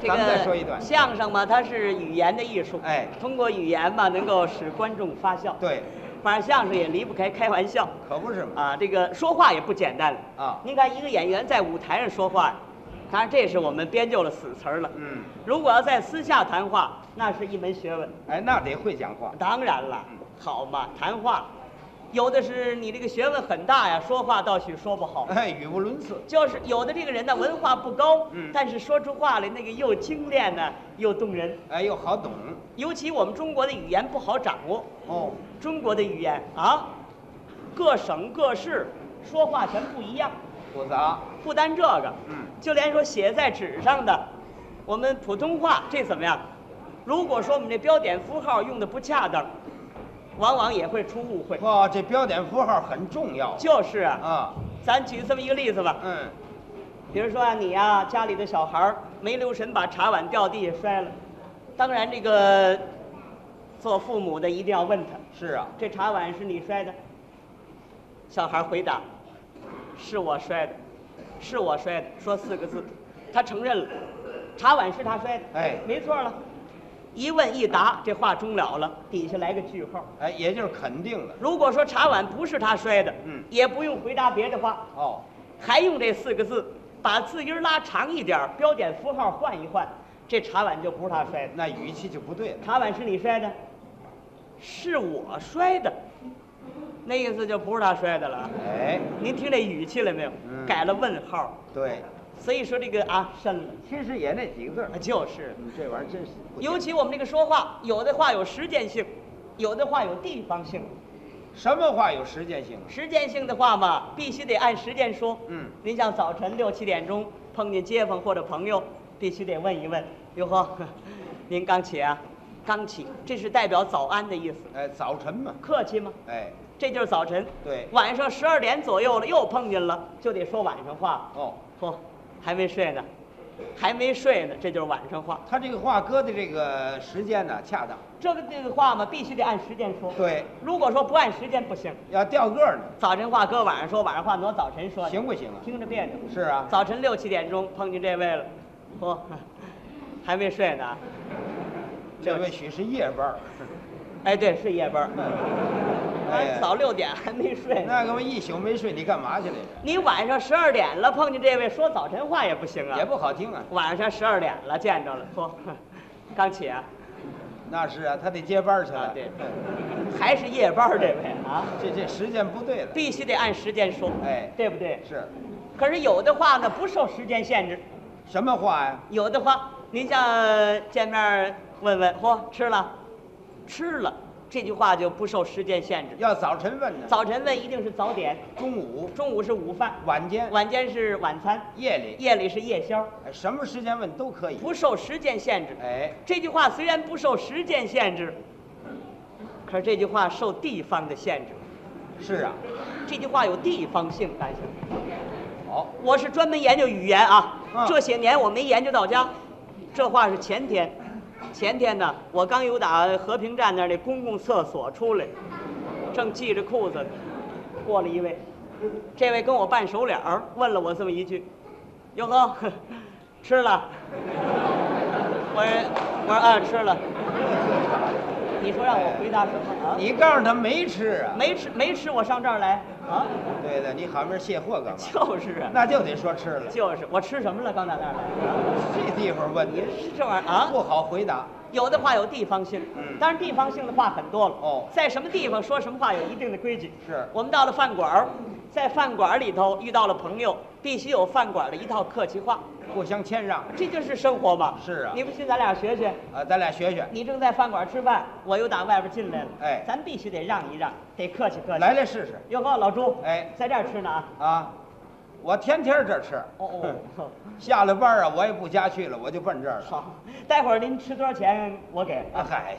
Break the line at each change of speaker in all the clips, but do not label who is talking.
这
咱们再说一段
个相声嘛，它是语言的艺术，
哎
通过语言嘛，能够使观众发笑。，
对，
反正相声也离不开开玩笑
可不是嘛。
啊，这个说话也不简单了
啊
您看一个演员在舞台上说话，当然这是我们编就了死词儿了。
嗯，
如果要在私下谈话，那是一门学问。
哎，那得会讲话。
当然了
嗯，
好嘛，谈话，有的是你这个学问很大呀，说话倒许说不 好。
哎，语无伦次。
就是有的这个人呢，文化不高，
嗯
但是说出话来那个又精炼呢，又动人。
哎，又好懂。
尤其我们中国的语言不好掌握，
哦，
中国的语言啊，各省各市说话全不一样。
复杂。
不单这个，
嗯
就连说写在纸上的，我们普通话这怎么样？如果说我们这标点符号用的不恰当，往往也会出误会。
哇，这标点符号很重要。
就是啊，
啊，
咱举这么一个例子吧，
嗯，
比如说啊，你呀、家里的小孩儿没留神把茶碗掉地下摔了，当然这个做父母的一定要问他，
是啊。
这茶碗是你摔的？小孩回答：“是我摔的，是我摔的。”说四个字，他承认了，茶碗是他摔的。
哎
没错了。一问一答，这话终了了，底下来个句号。
哎，也就是肯定了。
如果说茶碗不是他摔的，
嗯
也不用回答别的话，
哦，
还用这四个字，把字音儿拉长一点儿，标点符号换一换，这茶碗就不是他摔的。
那语气就不对了。
茶碗是你摔的？是我摔的，那意思就不是他摔的了。
哎，
您听这语气了没有？
嗯
改了问号，
对，
所以说这个啊深了，
其实也那几个字儿。
啊就是。
你这玩意儿真是不行
尤其我们这个说话，有的话有时间性，有的话有地方性。
什么话有时间性啊？
时间性的话嘛，必须得按时间说。
嗯
您像早晨六七点钟碰见街坊或者朋友，必须得问一问：“哟呵，您刚起啊？刚起，这是代表早安的意思，
哎，早晨嘛。
客气吗？
哎，
这就是早晨。
对。
晚上十二点左右了，又碰见了，就得说晚上话。
哦，
嚯、还没睡呢，还没睡呢，这就是晚上话。
他这个话搁的这个时间呢恰当。
这个这个话嘛，必须得按时间说。
对，
如果说不按时间不行，
要掉个儿呢，
早晨话搁晚上说，晚上话挪早晨说，
行不行啊？
听着别扭。
是啊。
早晨六七点钟碰见这位了，嚯、还没睡呢。
这位许是夜 班儿，
哎，对，是夜班儿，
哎
哎、早六点还没睡呢。
那个我一宿没睡，你干嘛去了？
你晚上十二点了碰见这位，说早晨话也不行啊。
也不好听啊。
晚上十二点了，见着了，嚯，刚起啊，
那是啊，他得接班儿去
啊
了。
对
嗯
还是夜班儿这位啊，
这这时间不对了。
必须得按时间说，
哎，
对不对？
是，
可是有的话呢，不受时间限制，
什么话呀？
有的话，您像见面儿问问，嚯，吃了，吃了，这句话就不受时间限制。
要早晨问呢，
早晨问一定是早点，
中午、
中午是午饭，
晚间、
晚间是晚餐，
夜里，
夜嗯里是夜宵，
哎什么时间问都可以。
不受时间限制。
哎，
这句话虽然不受时间限制，可是这句话受地方的限制。
是啊，
这句话有地方性，感情。嗯
好，
我是专门研究语言啊，
嗯
这些年我没研究到家。这话是前天，前天呢，我刚由打和平站那儿那公共厕所出来，正系着裤子呢，过了一位，这位跟我扮熟脸儿，问了我这么一句：“哟呵，吃了？”我说：“我说啊，吃了。”你说让我回答什么啊？
你告诉他没吃啊？
没吃没吃，我上这儿来啊？
对的，你好面卸货干嘛？
就是啊。
那就得说吃了。
就是我吃什么了？刚在那儿来，
这地方问
你
的
是这玩意儿啊？
不好回答。
有的话有地方性，
嗯
当然地方性的话很多了。
哦
在什么地方说什么话有一定的规矩。
是
我们到了饭馆儿，在饭馆儿里头遇到了朋友，必须有饭馆儿的一套客气话，
互相谦让
这就是生活嘛。
是啊
你不信咱俩学学？
啊，咱俩学学，
你正在饭馆儿吃饭，我又打外边进来了，
哎
咱必须得让一让，得客气客气。
来，来试试
哟呵，老朱，
哎
在这儿吃呢 啊。
啊！我天天这吃，
哦哦，
下了班啊，我也不家去了，我就奔这儿了。
好，待会儿您吃多少钱我给。
啊嗨，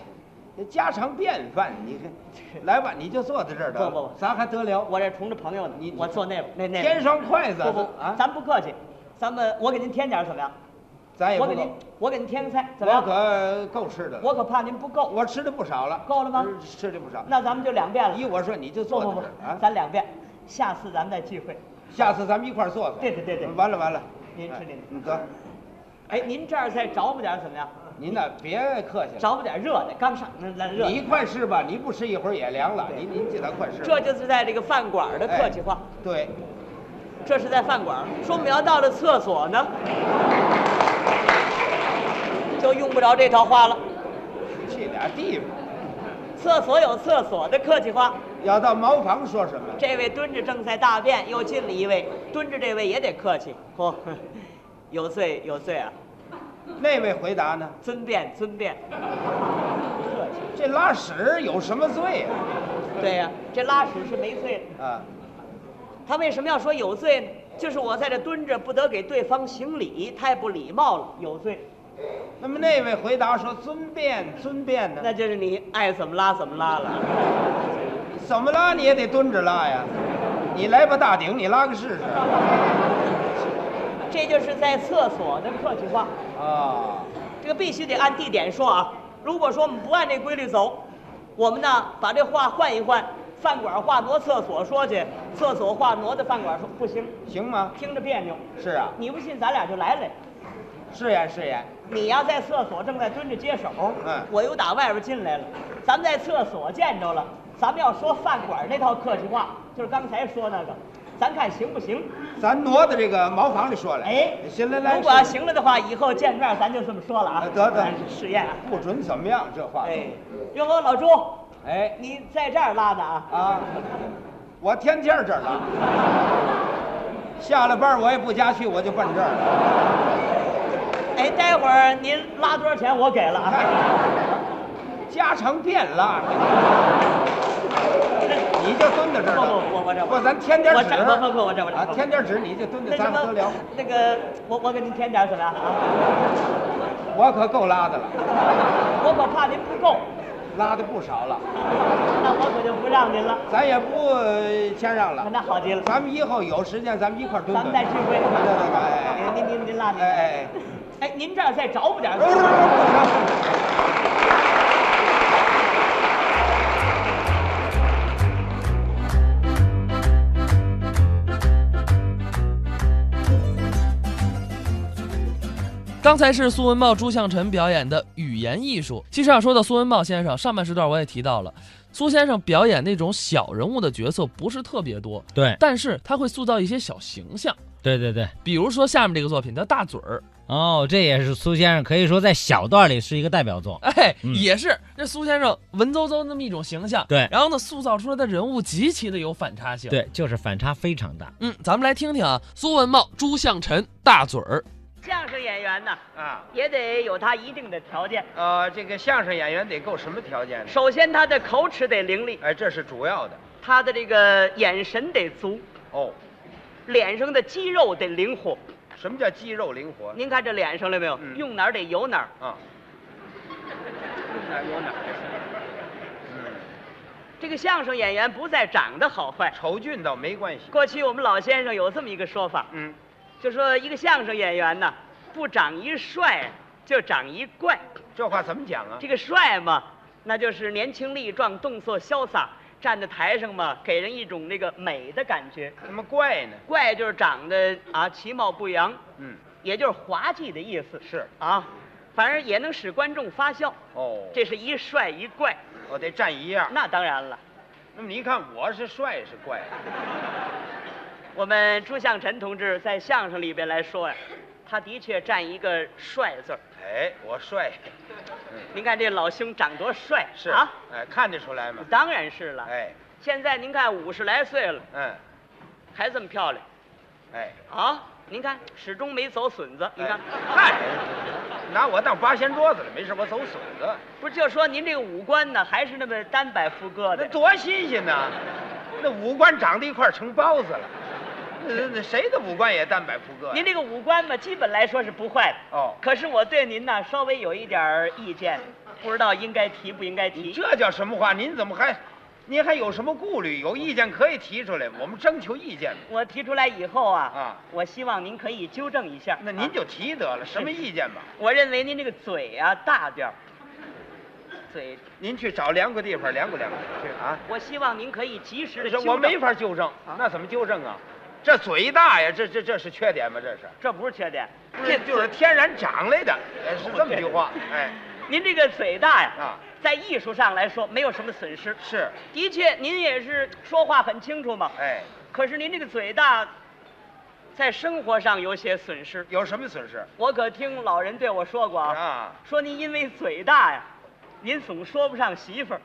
这家常便饭，你看，来吧，你就坐在这儿得
不不
了
不，
咱还得了？
我这同着朋友呢，
你
我坐那边那那边
添双筷子
不不
啊，
咱不客气，咱们我给您添点儿怎么样？
咱也
我
不
给您
够，
我给您添个菜怎么
哎我
样？
可够吃的了，
我可怕您不够，
我吃的不少了，嗯
够了吗？
吃的不少。
那咱们就两遍了。
依我说，你就
不
坐
不
在
不
这儿，啊，
咱两遍，下次咱们再聚会。
下次咱们一块儿坐坐。
对对对对
完了完了，
您吃您的
嗯，得，
哎，您这儿再着不点儿怎么样？
您呐，别客气了，
着不点儿热的，刚上那那热的。
你快吃吧，你不吃一会儿也凉了。
对
您您尽量快吃吧。
这就是在这个饭馆儿的客气话，
对，
这是在饭馆儿。说我们要到了厕所呢，就用不着这套话了。
去俩地方。
厕所有厕所的客气话。
要到茅房说什么？
这位蹲着正在大便，又进了一位，蹲着这位也得客气。嚯、有罪有罪啊！
那位回答呢？
尊便尊便。
这拉屎有什么罪啊？
对呀、这拉屎是没罪的。
啊，
他为什么要说有罪呢？就是我在这蹲着，不得给对方行礼，太不礼貌了，有罪。
那么那位回答说尊便尊便呢
那？就是你爱怎么拉怎么拉了。
怎么拉你也得蹲着拉呀，你来吧大顶，你拉个试试
这就是在厕所的客气话，
啊。
这个必须得按地点说啊。如果说我们不按这规律走，我们呢把这话换一换，饭馆话挪厕所说去，厕所话挪到饭馆说，不行，
行吗？
听着别扭。
是啊，
你不信，咱俩就来来。
是呀是呀，
你呀在厕所正在蹲着接手，
嗯
我又打外边进来了，咱们在厕所见着了，咱们要说饭馆那套客气话，就是刚才说那个，咱看行不行？
咱挪到这个茅房里说来。
哎，
行来来，
如果要
是
行了的话，以后见面咱就这么说了啊
啊。得得
咱试验啊。
不准怎么样？这话，
哎，哟呵，老朱，
哎
你在这儿拉的啊？
啊，我天天这儿拉，下了班我也不家去，我就奔这儿了。
哎，待会儿您拉多少钱我给了
哎
啊？
家常便拉，你就蹲在这儿
不
了。
不我我这
不，咱添点
我
纸。
这不不不我这我这
啊
不，不
添点纸你就蹲
那
着，
什
咱
么
们多聊。
那个，我我给您添点儿怎么样啊？
我可够拉的了，
我可怕您不够。
拉的不少了，
那我可就不让您了，
咱也不呃谦让了。
那好极了，
咱们以后有时间，咱们一块儿蹲
咱
蹲。
们再聚会。
对对对哎
您您您拉您，
哎哎哎
哎，您这儿再着不点
哎，
儿
不是不是不是不是。
刚才是苏文茂、朱向臣表演的语言艺术。其实啊，说到苏文茂先生，上半时段我也提到了，苏先生表演那种小人物的角色不是特别多，
对
但是他会塑造一些小形象，
对对对，
比如说下面这个作品，他大嘴儿，
哦，这也是苏先生可以说在小段里是一个代表作。
哎，
嗯
也是这苏先生文绉绉那么一种形象，
对
然后呢，塑造出来的人物极其的有反差性。，
对，就是反差非常大。
嗯，咱们来听听啊，苏文茂、朱向臣大嘴儿，
相声演员呢，
啊，
也得有他一定的条件。
呃，这个相声演员得够什么条件呢？
首先，他的口齿得伶俐，
哎，这是主要的。
他的这个眼神得足，
哦，
脸上的肌肉得灵活。
什么叫肌肉灵活？
您看这脸上了没有？
嗯
用哪儿得有哪儿。
啊，哪儿有哪儿？嗯，
这个相声演员不在长得好坏。
丑俊倒没关系。
过去我们老先生有这么一个说法，
嗯，
就说一个相声演员呢，不长一帅就长一怪。
这话怎么讲啊
这？个帅嘛，那就是年轻力壮，动作潇洒，站在台上嘛，给人一种那个美的感觉。
怎么怪呢？
怪就是长得啊其貌不扬，
嗯，
也就是滑稽的意思
是。
啊，反正也能使观众发笑。
哦，
这是一帅一怪，
我得站一样。
那当然了。
那么您看，我是帅是怪？啊
我们朱向臣同志在相声里边来说呀，他的确占一个帅字儿。
哎，我帅
您看这老兄长多帅，
是
啊，
哎，看得出来吗？
当然是了。
哎，
现在您看五十来岁了，
嗯，
还这么漂亮。
哎，
啊，您看，始终没走损子。您看，
嗨，哎拿我当八仙桌子了，没事，我走损子，
不是就说您这个五官呢，还是那么单摆副歌
那
的。
多新鲜呐！那五官长在一块儿成包子了，那那谁的五官也单摆副个呀？
您这个五官吧，基本来说是不坏的。
哦，
可是我对您呢，稍微有一点儿意见，不知道应该提不应该提。
这叫什么话？您怎么还，您还有什么顾虑？有意见可以提出来，我们征求意见。
我提出来以后啊，
啊
我希望您可以纠正一下。
那您就
啊
提得了，什么意见吧？
我认为您这个嘴啊大点儿，嘴，
您去找凉快地方凉快凉快去啊！
我希望您可以及时的
这
纠正。
我没法纠正
啊，
那怎么纠正啊？这嘴大呀，这这这是缺点吗？这是，
这不是缺点，
这就是天然长来的，哎是这么句话。哎，
您这个嘴大呀，
啊
在艺术上来说没有什么损失。
是，
的确，您也是说话很清楚嘛。
哎，
可是您这个嘴大，在生活上有些损失。
有什么损失
我可听老人对我说过啊，
啊？
说您因为嘴大呀，您总说不上媳妇儿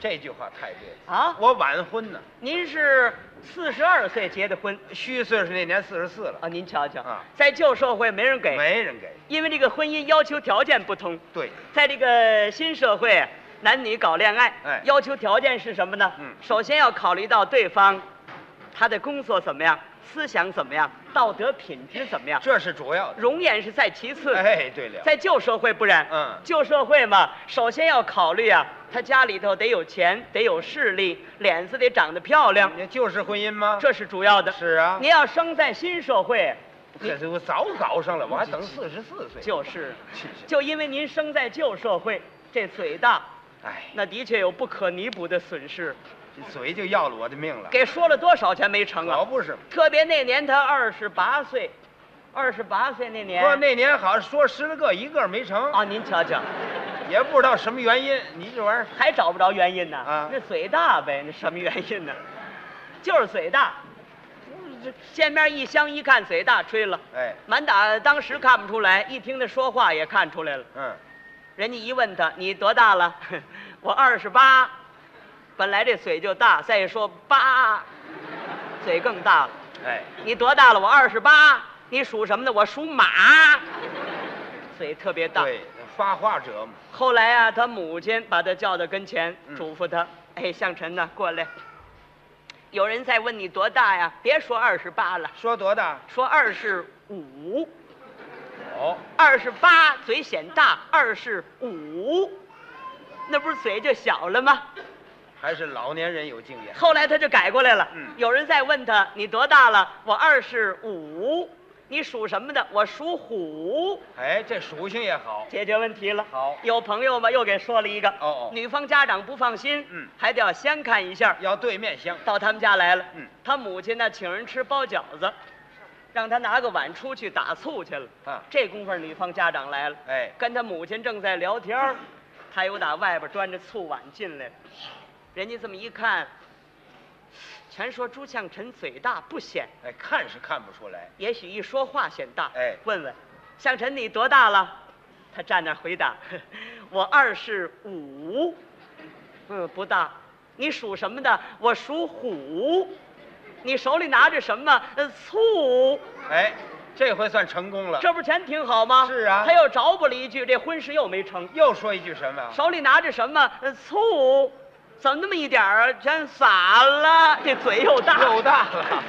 这句话太对了。
啊。
我晚婚呢，
您是四十二岁结的婚
虚岁是那年四十四了，
啊，您瞧瞧
啊
在旧社会没人给，
没人给。
因为这个婚姻要求条件不同。
对，
在这个新社会，男女搞恋爱，
哎
要求条件是什么呢？
嗯
首先要考虑到对方，他的工作怎么样，思想怎么样，道德品质怎么样，
这是主要的。
容颜是在其次。
哎，对了，
在旧社会不然，
嗯
旧社会嘛，首先要考虑啊，他家里头得有钱，得有势力，脸子得长得漂亮，
你就是婚姻吗？
这是主要的。
嗯是啊
您要生在新社会，
这是我早搞上了，我还等四十四岁。
就是，
是是
就因为您生在旧社会，这嘴大，
哎，
那的确有不可弥补的损失。
这嘴就要了我的命了。
给说了多少钱没成
可
啊？
不是，
特别那年他二十八岁，二十八岁那年，
说那年好像说十来个，一个没成，
啊，您瞧瞧，
也不知道什么原因。你这玩意
还找不着原因呢。
啊
那嘴大呗，那什么原因呢？ 就是嘴大，见面一相一看嘴大，吹了。
儿，哎，
满打当时看不出来，一听他说话也看出来了。
嗯，
人家一问他你多大了， 我二十八，本来这嘴就大，再说八，嘴更大了。
哎，
你多大了？我二十八。你属什么的？我属马。嘴特别大。
对，发话者嘛，
后来啊，他母亲把他叫到跟前，
嗯
嘱咐他：“哎，向晨呐，过来。有人在问你多大呀？别说二十八了，
说多大？
说二十五。
哦，
二十八嘴显大，二十五，那不是嘴就小了吗？
还是老年人有经验。
后来他就改过来了。
嗯
有人再问他：“你多大了？”我二十五。你属什么的？我属虎。
哎，这属性也好。
解决问题了。
好
有朋友嘛又给说了一个。
哦哦
女方家长不放心，
嗯
还得要先看一下。
要对面相，
到他们家来了，
嗯
他母亲呢请人吃包饺子，让他拿个碗出去打醋去了。
啊
这功夫女方家长来了，
哎，
跟他母亲正在聊天儿，他又打外边端着醋碗进来了，人家这么一看，全说朱向臣嘴大不显，
哎，看是看不出来。
也许一说话显大。
哎
问问，向晨你多大了？他站那儿回答：“ 我二十五。”嗯，不大。你属什么的？我属虎。你手里拿着什么？呃，醋。
哎，这回算成功了。
这不是全挺好吗？
是啊
他又找补了一句，这婚事又没成。
又说一句什么啊？
手里拿着什么？呃，醋。怎么那么一点儿啊？全洒了，这嘴又大
又大了。